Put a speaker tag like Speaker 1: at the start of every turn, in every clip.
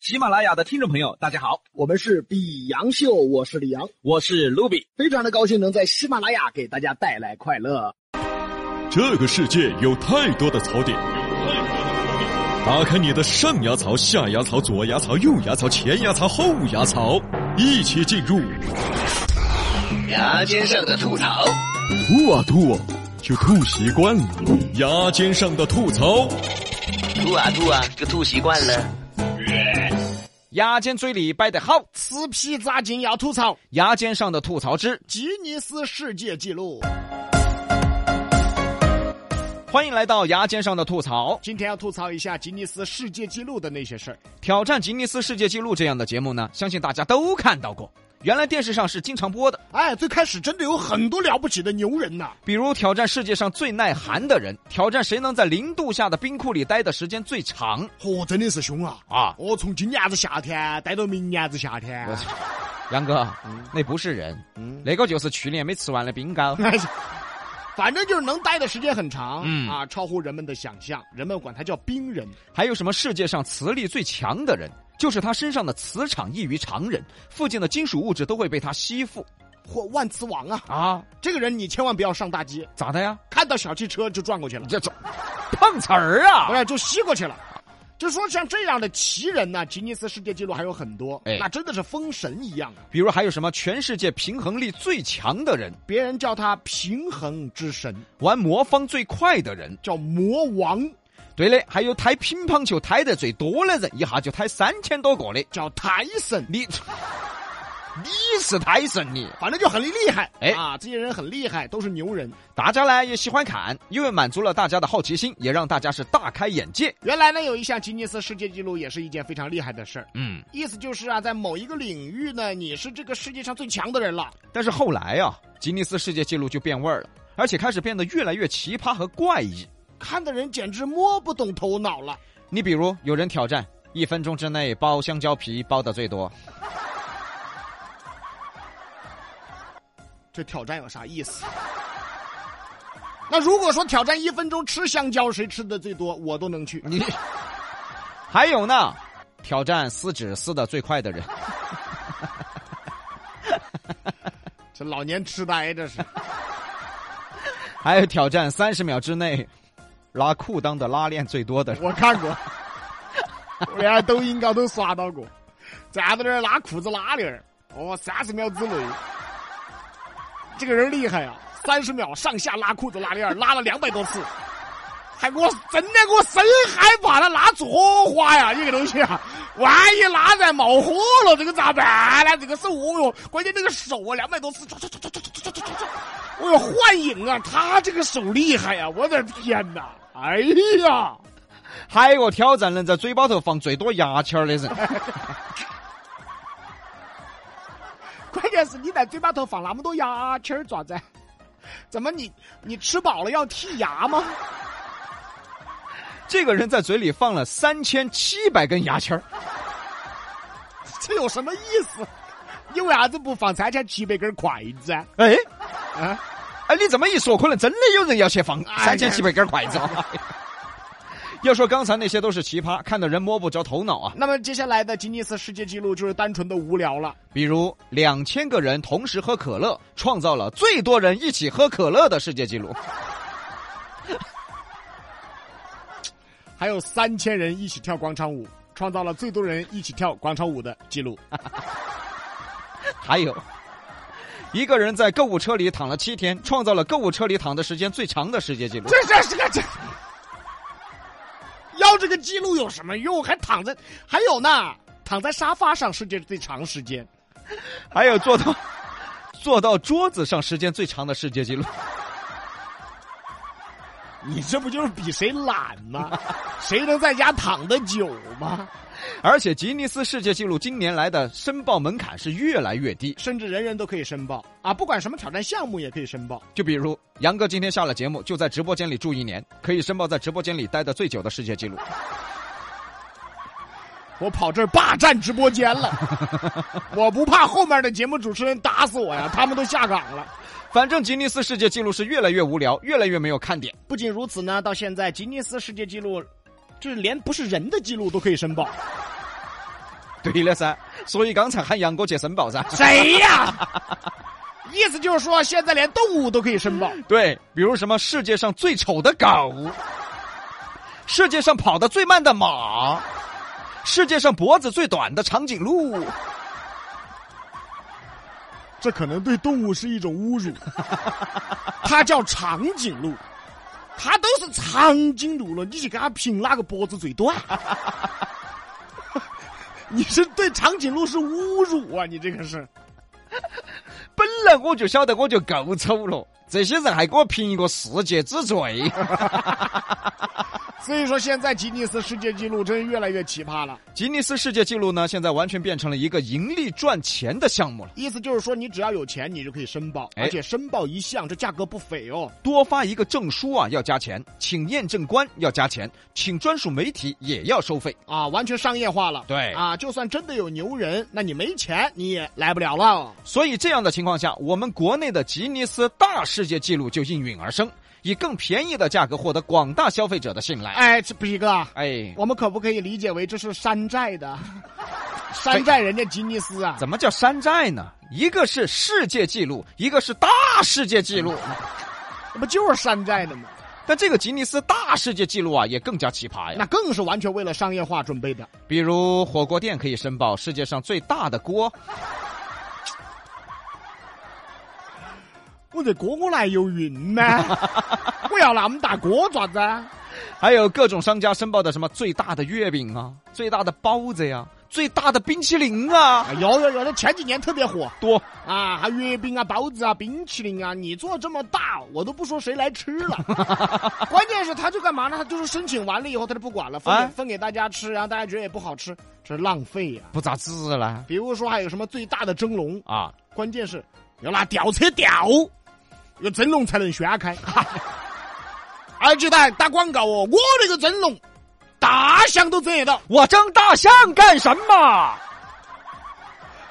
Speaker 1: 喜马拉雅的听众朋友，大家好，
Speaker 2: 我们是比杨秀，我是李阳，
Speaker 1: 我是卢比。
Speaker 2: 非常的高兴能在喜马拉雅给大家带来快乐。
Speaker 3: 这个世界有太多的槽点，打开你的上牙槽、下牙槽、左牙槽、右牙槽、前牙槽、后牙槽，一起进入
Speaker 4: 牙尖上的吐槽，
Speaker 3: 吐啊吐啊，就吐习惯了。牙尖上的吐槽，
Speaker 4: 吐啊吐啊，就吐习惯了。
Speaker 1: 牙尖嘴里掰得好，
Speaker 2: 吃皮扎筋要吐槽，
Speaker 1: 牙尖上的吐槽之，
Speaker 2: 吉尼斯世界纪录。
Speaker 1: 欢迎来到牙尖上的吐槽，
Speaker 2: 今天要吐槽一下吉尼斯世界纪录的那些事儿。
Speaker 1: 挑战吉尼斯世界纪录这样的节目呢，相信大家都看到过。原来电视上是经常播的，
Speaker 2: 哎，最开始真的有很多了不起的牛人呐、
Speaker 1: 比如挑战世界上最耐寒的人，挑战谁能在零度下的冰库里待的时间最长
Speaker 2: 嚯、真的是凶啊！
Speaker 1: 啊！
Speaker 2: 我从今年子夏天待到明年子夏天，
Speaker 1: 我操杨哥，那不是人，那个就是去年没吃完的冰糕。
Speaker 2: 哎 反正就是能待的时间很长、
Speaker 1: 嗯
Speaker 2: 啊，超乎人们的想象，人们管他叫冰人。
Speaker 1: 还有什么世界上磁力最强的人，就是他身上的磁场异于常人，附近的金属物质都会被他吸附
Speaker 2: 嚯，万磁王啊！
Speaker 1: 啊！
Speaker 2: 这个人你千万不要上大街，
Speaker 1: 咋的呀？
Speaker 2: 看到小汽车就转过去了。
Speaker 1: 这这碰瓷儿
Speaker 2: 不
Speaker 1: 啊！
Speaker 2: 哎是就吸过去了。就说像这样的奇人呢、吉尼斯世界纪录还有很多，
Speaker 1: 哎
Speaker 2: 那真的是封神一样啊！
Speaker 1: 比如还有什么全世界平衡力最强的人，
Speaker 2: 别人叫他平衡之神，
Speaker 1: 玩魔方最快的人，
Speaker 2: 叫魔王，
Speaker 1: 对的，还有抬乒乓球抬得最多的人，一下就抬三千多个的。
Speaker 2: 叫泰森，
Speaker 1: 你 你是胎神你！
Speaker 2: 反正就很厉害。
Speaker 1: 哎
Speaker 2: 啊，这些人很厉害，都是牛人。
Speaker 1: 大家呢也喜欢看，因为满足了大家的好奇心，也让大家是大开眼界。
Speaker 2: 原来呢，有一项吉尼斯世界纪录，也是一件非常厉害的事儿。
Speaker 1: 嗯，
Speaker 2: 意思就是啊，在某一个领域呢，你是这个世界上最强的人了。
Speaker 1: 但是后来啊，吉尼斯世界纪录就变味儿了，而且开始变得越来越奇葩和怪异。
Speaker 2: 看的人简直摸不懂头脑了。
Speaker 1: 你比如有人挑战一分钟之内剥香蕉皮剥的最多，
Speaker 2: 这挑战有啥意思？那如果说挑战一分钟吃香蕉，谁吃的最多，我都能去。
Speaker 1: 你还有呢，挑战撕纸撕的最快的人。
Speaker 2: 这老年痴呆，这是
Speaker 1: 还有挑战三十秒之内拉裤裆的拉链最多的人，
Speaker 2: 我看过，我连抖音高头刷到过，站在那儿拉裤子拉链儿，哦，三十秒之内，这个人厉害啊，三十秒上下拉裤子拉链儿，拉了两百多次，还给我真的给我深害怕，他拉错花呀，这个东西啊，万一拉燃冒火了，这个咋办呢？这个手，哦哟，关键这个手啊，两百多次，抓抓抓抓抓抓抓抓抓，我有幻影啊，他这个手厉害呀、我的天哪！哎呀，
Speaker 1: 还有挑战能在嘴巴头放最多牙签儿的人。
Speaker 2: 关键是你在嘴巴头放那么多牙签儿爪子？怎么你你吃饱了要剔牙吗？
Speaker 1: 这个人在嘴里放了三千七百根牙签儿，
Speaker 2: 这有什么意思？你为啥子不放三千七百根筷子啊？
Speaker 1: 哎。
Speaker 2: 啊，
Speaker 1: 哎，你这么一说，可能真的有人要去放
Speaker 2: 哎呀
Speaker 1: 三千七百根筷子 啊！要说刚才那些都是奇葩，看得人摸不着头脑啊。
Speaker 2: 那么接下来的吉尼斯世界纪录就是单纯的无聊了。
Speaker 1: 比如两千个人同时喝可乐，创造了最多人一起喝可乐的世界纪录。
Speaker 2: 还有三千人一起跳广场舞，创造了最多人一起跳广场舞的记录。啊
Speaker 1: 还有， 一个人在购物车里躺了七天，创造了购物车里躺的时间最长的世界纪录。
Speaker 2: 这这是个这，要这个记录有什么用？还躺在，还有呢，躺在沙发上世界最长时间。
Speaker 1: 还有坐到 坐到桌子上时间最长的世界纪录。
Speaker 2: 你这不就是比谁懒吗？谁能在家躺得久吗？
Speaker 1: 而且吉尼斯世界纪录今年来的申报门槛是越来越低。
Speaker 2: 甚至人人都可以申报啊，不管什么挑战项目也可以申报。
Speaker 1: 就比如杨哥今天下了节目，就在直播间里住一年，可以申报在直播间里待的最久的世界纪录。
Speaker 2: 我跑这儿霸占直播间了，我不怕后面的节目主持人打死我呀，他们都下岗了。
Speaker 1: 反正吉尼斯世界纪录是越来越无聊，越来越没有看点。
Speaker 2: 不仅如此呢，到现在吉尼斯世界纪录，就是连不是人的记录都可以申报。
Speaker 1: 对了噻，所以刚才喊杨哥去申报噻。
Speaker 2: 谁呀、意思就是说，现在连动物都可以申报。
Speaker 1: 对，比如什么世界上最丑的狗，世界上跑得最慢的马，世界上脖子最短的长颈鹿。
Speaker 2: 这可能对动物是一种侮辱。 它叫长颈鹿，它都是长颈鹿了，你去给它评哪个脖子最短？ 你是对长颈鹿是侮辱啊！你这个是
Speaker 1: 本来我就晓得我就够丑了，这些人还给我评一个世界之最。
Speaker 2: 所以说，现在吉尼斯世界纪录真越来越奇葩了。
Speaker 1: 吉尼斯世界纪录呢，现在完全变成了一个盈利赚钱的项目了。
Speaker 2: 意思就是说，你只要有钱，你就可以申报，
Speaker 1: 哎
Speaker 2: 而且申报一项，这价格不菲哦。
Speaker 1: 多发一个证书啊，要加钱，请验证官要加钱，请专属媒体也要收费。
Speaker 2: 啊，完全商业化了。
Speaker 1: 对
Speaker 2: 啊，就算真的有牛人，那你没钱你也来不了了。
Speaker 1: 所以这样的情况下，我们国内的吉尼斯大世界纪录就应运而生，以更便宜的价格获得广大消费者的信赖。
Speaker 2: 哎，这逼哥，
Speaker 1: 哎，
Speaker 2: 我们可不可以理解为这是山 寨的？山寨人家吉尼斯啊！
Speaker 1: 怎么叫山寨呢？一个是世界纪录，一个是大世界纪录。
Speaker 2: 那不就是山寨的吗？
Speaker 1: 但这个吉尼斯大世界纪录啊，也更加奇葩
Speaker 2: 那
Speaker 1: 呀。
Speaker 2: 更是完全为了商业化准备的。
Speaker 1: 比如火锅店可以申报世界上最大的锅，
Speaker 2: 我这锅我来有 云呢，我要那么大锅爪子啊？
Speaker 1: 还有各种商家申报的什么最大的月饼啊、最大的包子呀、最大的冰淇淋啊，
Speaker 2: 啊有有有，这前几年特别火
Speaker 1: 多
Speaker 2: 啊，还月饼啊、包子啊、冰淇淋啊，你做这么大，我都不说谁来吃 了。关键是他就干嘛呢？他就是申请完了以后，他就不管了，分给、
Speaker 1: 哎
Speaker 2: 分给大家吃，然后大家觉得也不好吃，这浪费呀、
Speaker 1: 不咋子了
Speaker 2: 比如说还有什么最大的蒸笼，
Speaker 1: 啊。
Speaker 2: 关键是要拿吊车吊，有蒸笼才能旋开。 哎而且他还打广告哦，我那个蒸笼，大象都蒸得到。
Speaker 1: 我蒸大象干什么？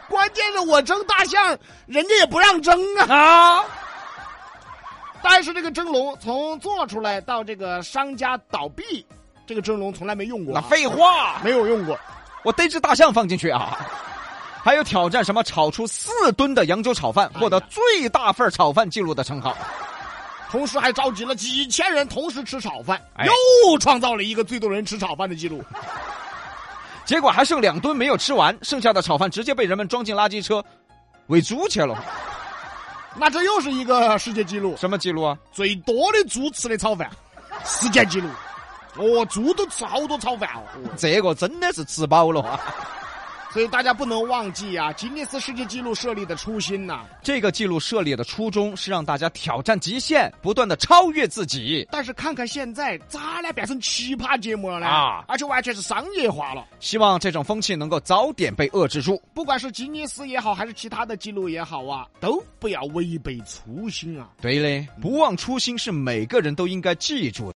Speaker 2: 关键是我蒸大象，人家也不让蒸啊。
Speaker 1: 啊，
Speaker 2: 但是这个蒸笼从做出来到这个商家倒闭，这个蒸笼从来没用过
Speaker 1: 那
Speaker 2: 啊，
Speaker 1: 废话，
Speaker 2: 没有用过。
Speaker 1: 我逮只大象放进去啊！还有挑战什么炒出四吨的扬州炒饭，获得最大份炒饭记录的称号。
Speaker 2: 同时还召集了几千人同时吃炒饭，
Speaker 1: 哎
Speaker 2: 又创造了一个最多人吃炒饭的记录。
Speaker 1: 结果还剩两吨没有吃完，剩下的炒饭直接被人们装进垃圾车，喂猪去了。
Speaker 2: 那这又是一个世界纪录，
Speaker 1: 什么记录啊？
Speaker 2: 最多的猪吃的炒饭，世界纪录。哦，猪都吃好多炒饭哦，哦
Speaker 1: 这个真的是吃饱了啊！
Speaker 2: 所以大家不能忘记啊，吉尼斯世界纪录设立的初心呐、
Speaker 1: 这个记录设立的初衷是让大家挑战极限，不断的超越自己。
Speaker 2: 但是看看现在，咋来变成奇葩节目了呢？
Speaker 1: 啊
Speaker 2: 而且完全是商业化了。
Speaker 1: 希望这种风气能够早点被遏制住。
Speaker 2: 不管是吉尼斯也好，还是其他的记录也好啊，都不要违背初心啊！
Speaker 1: 对嘞，不忘初心是每个人都应该记住的。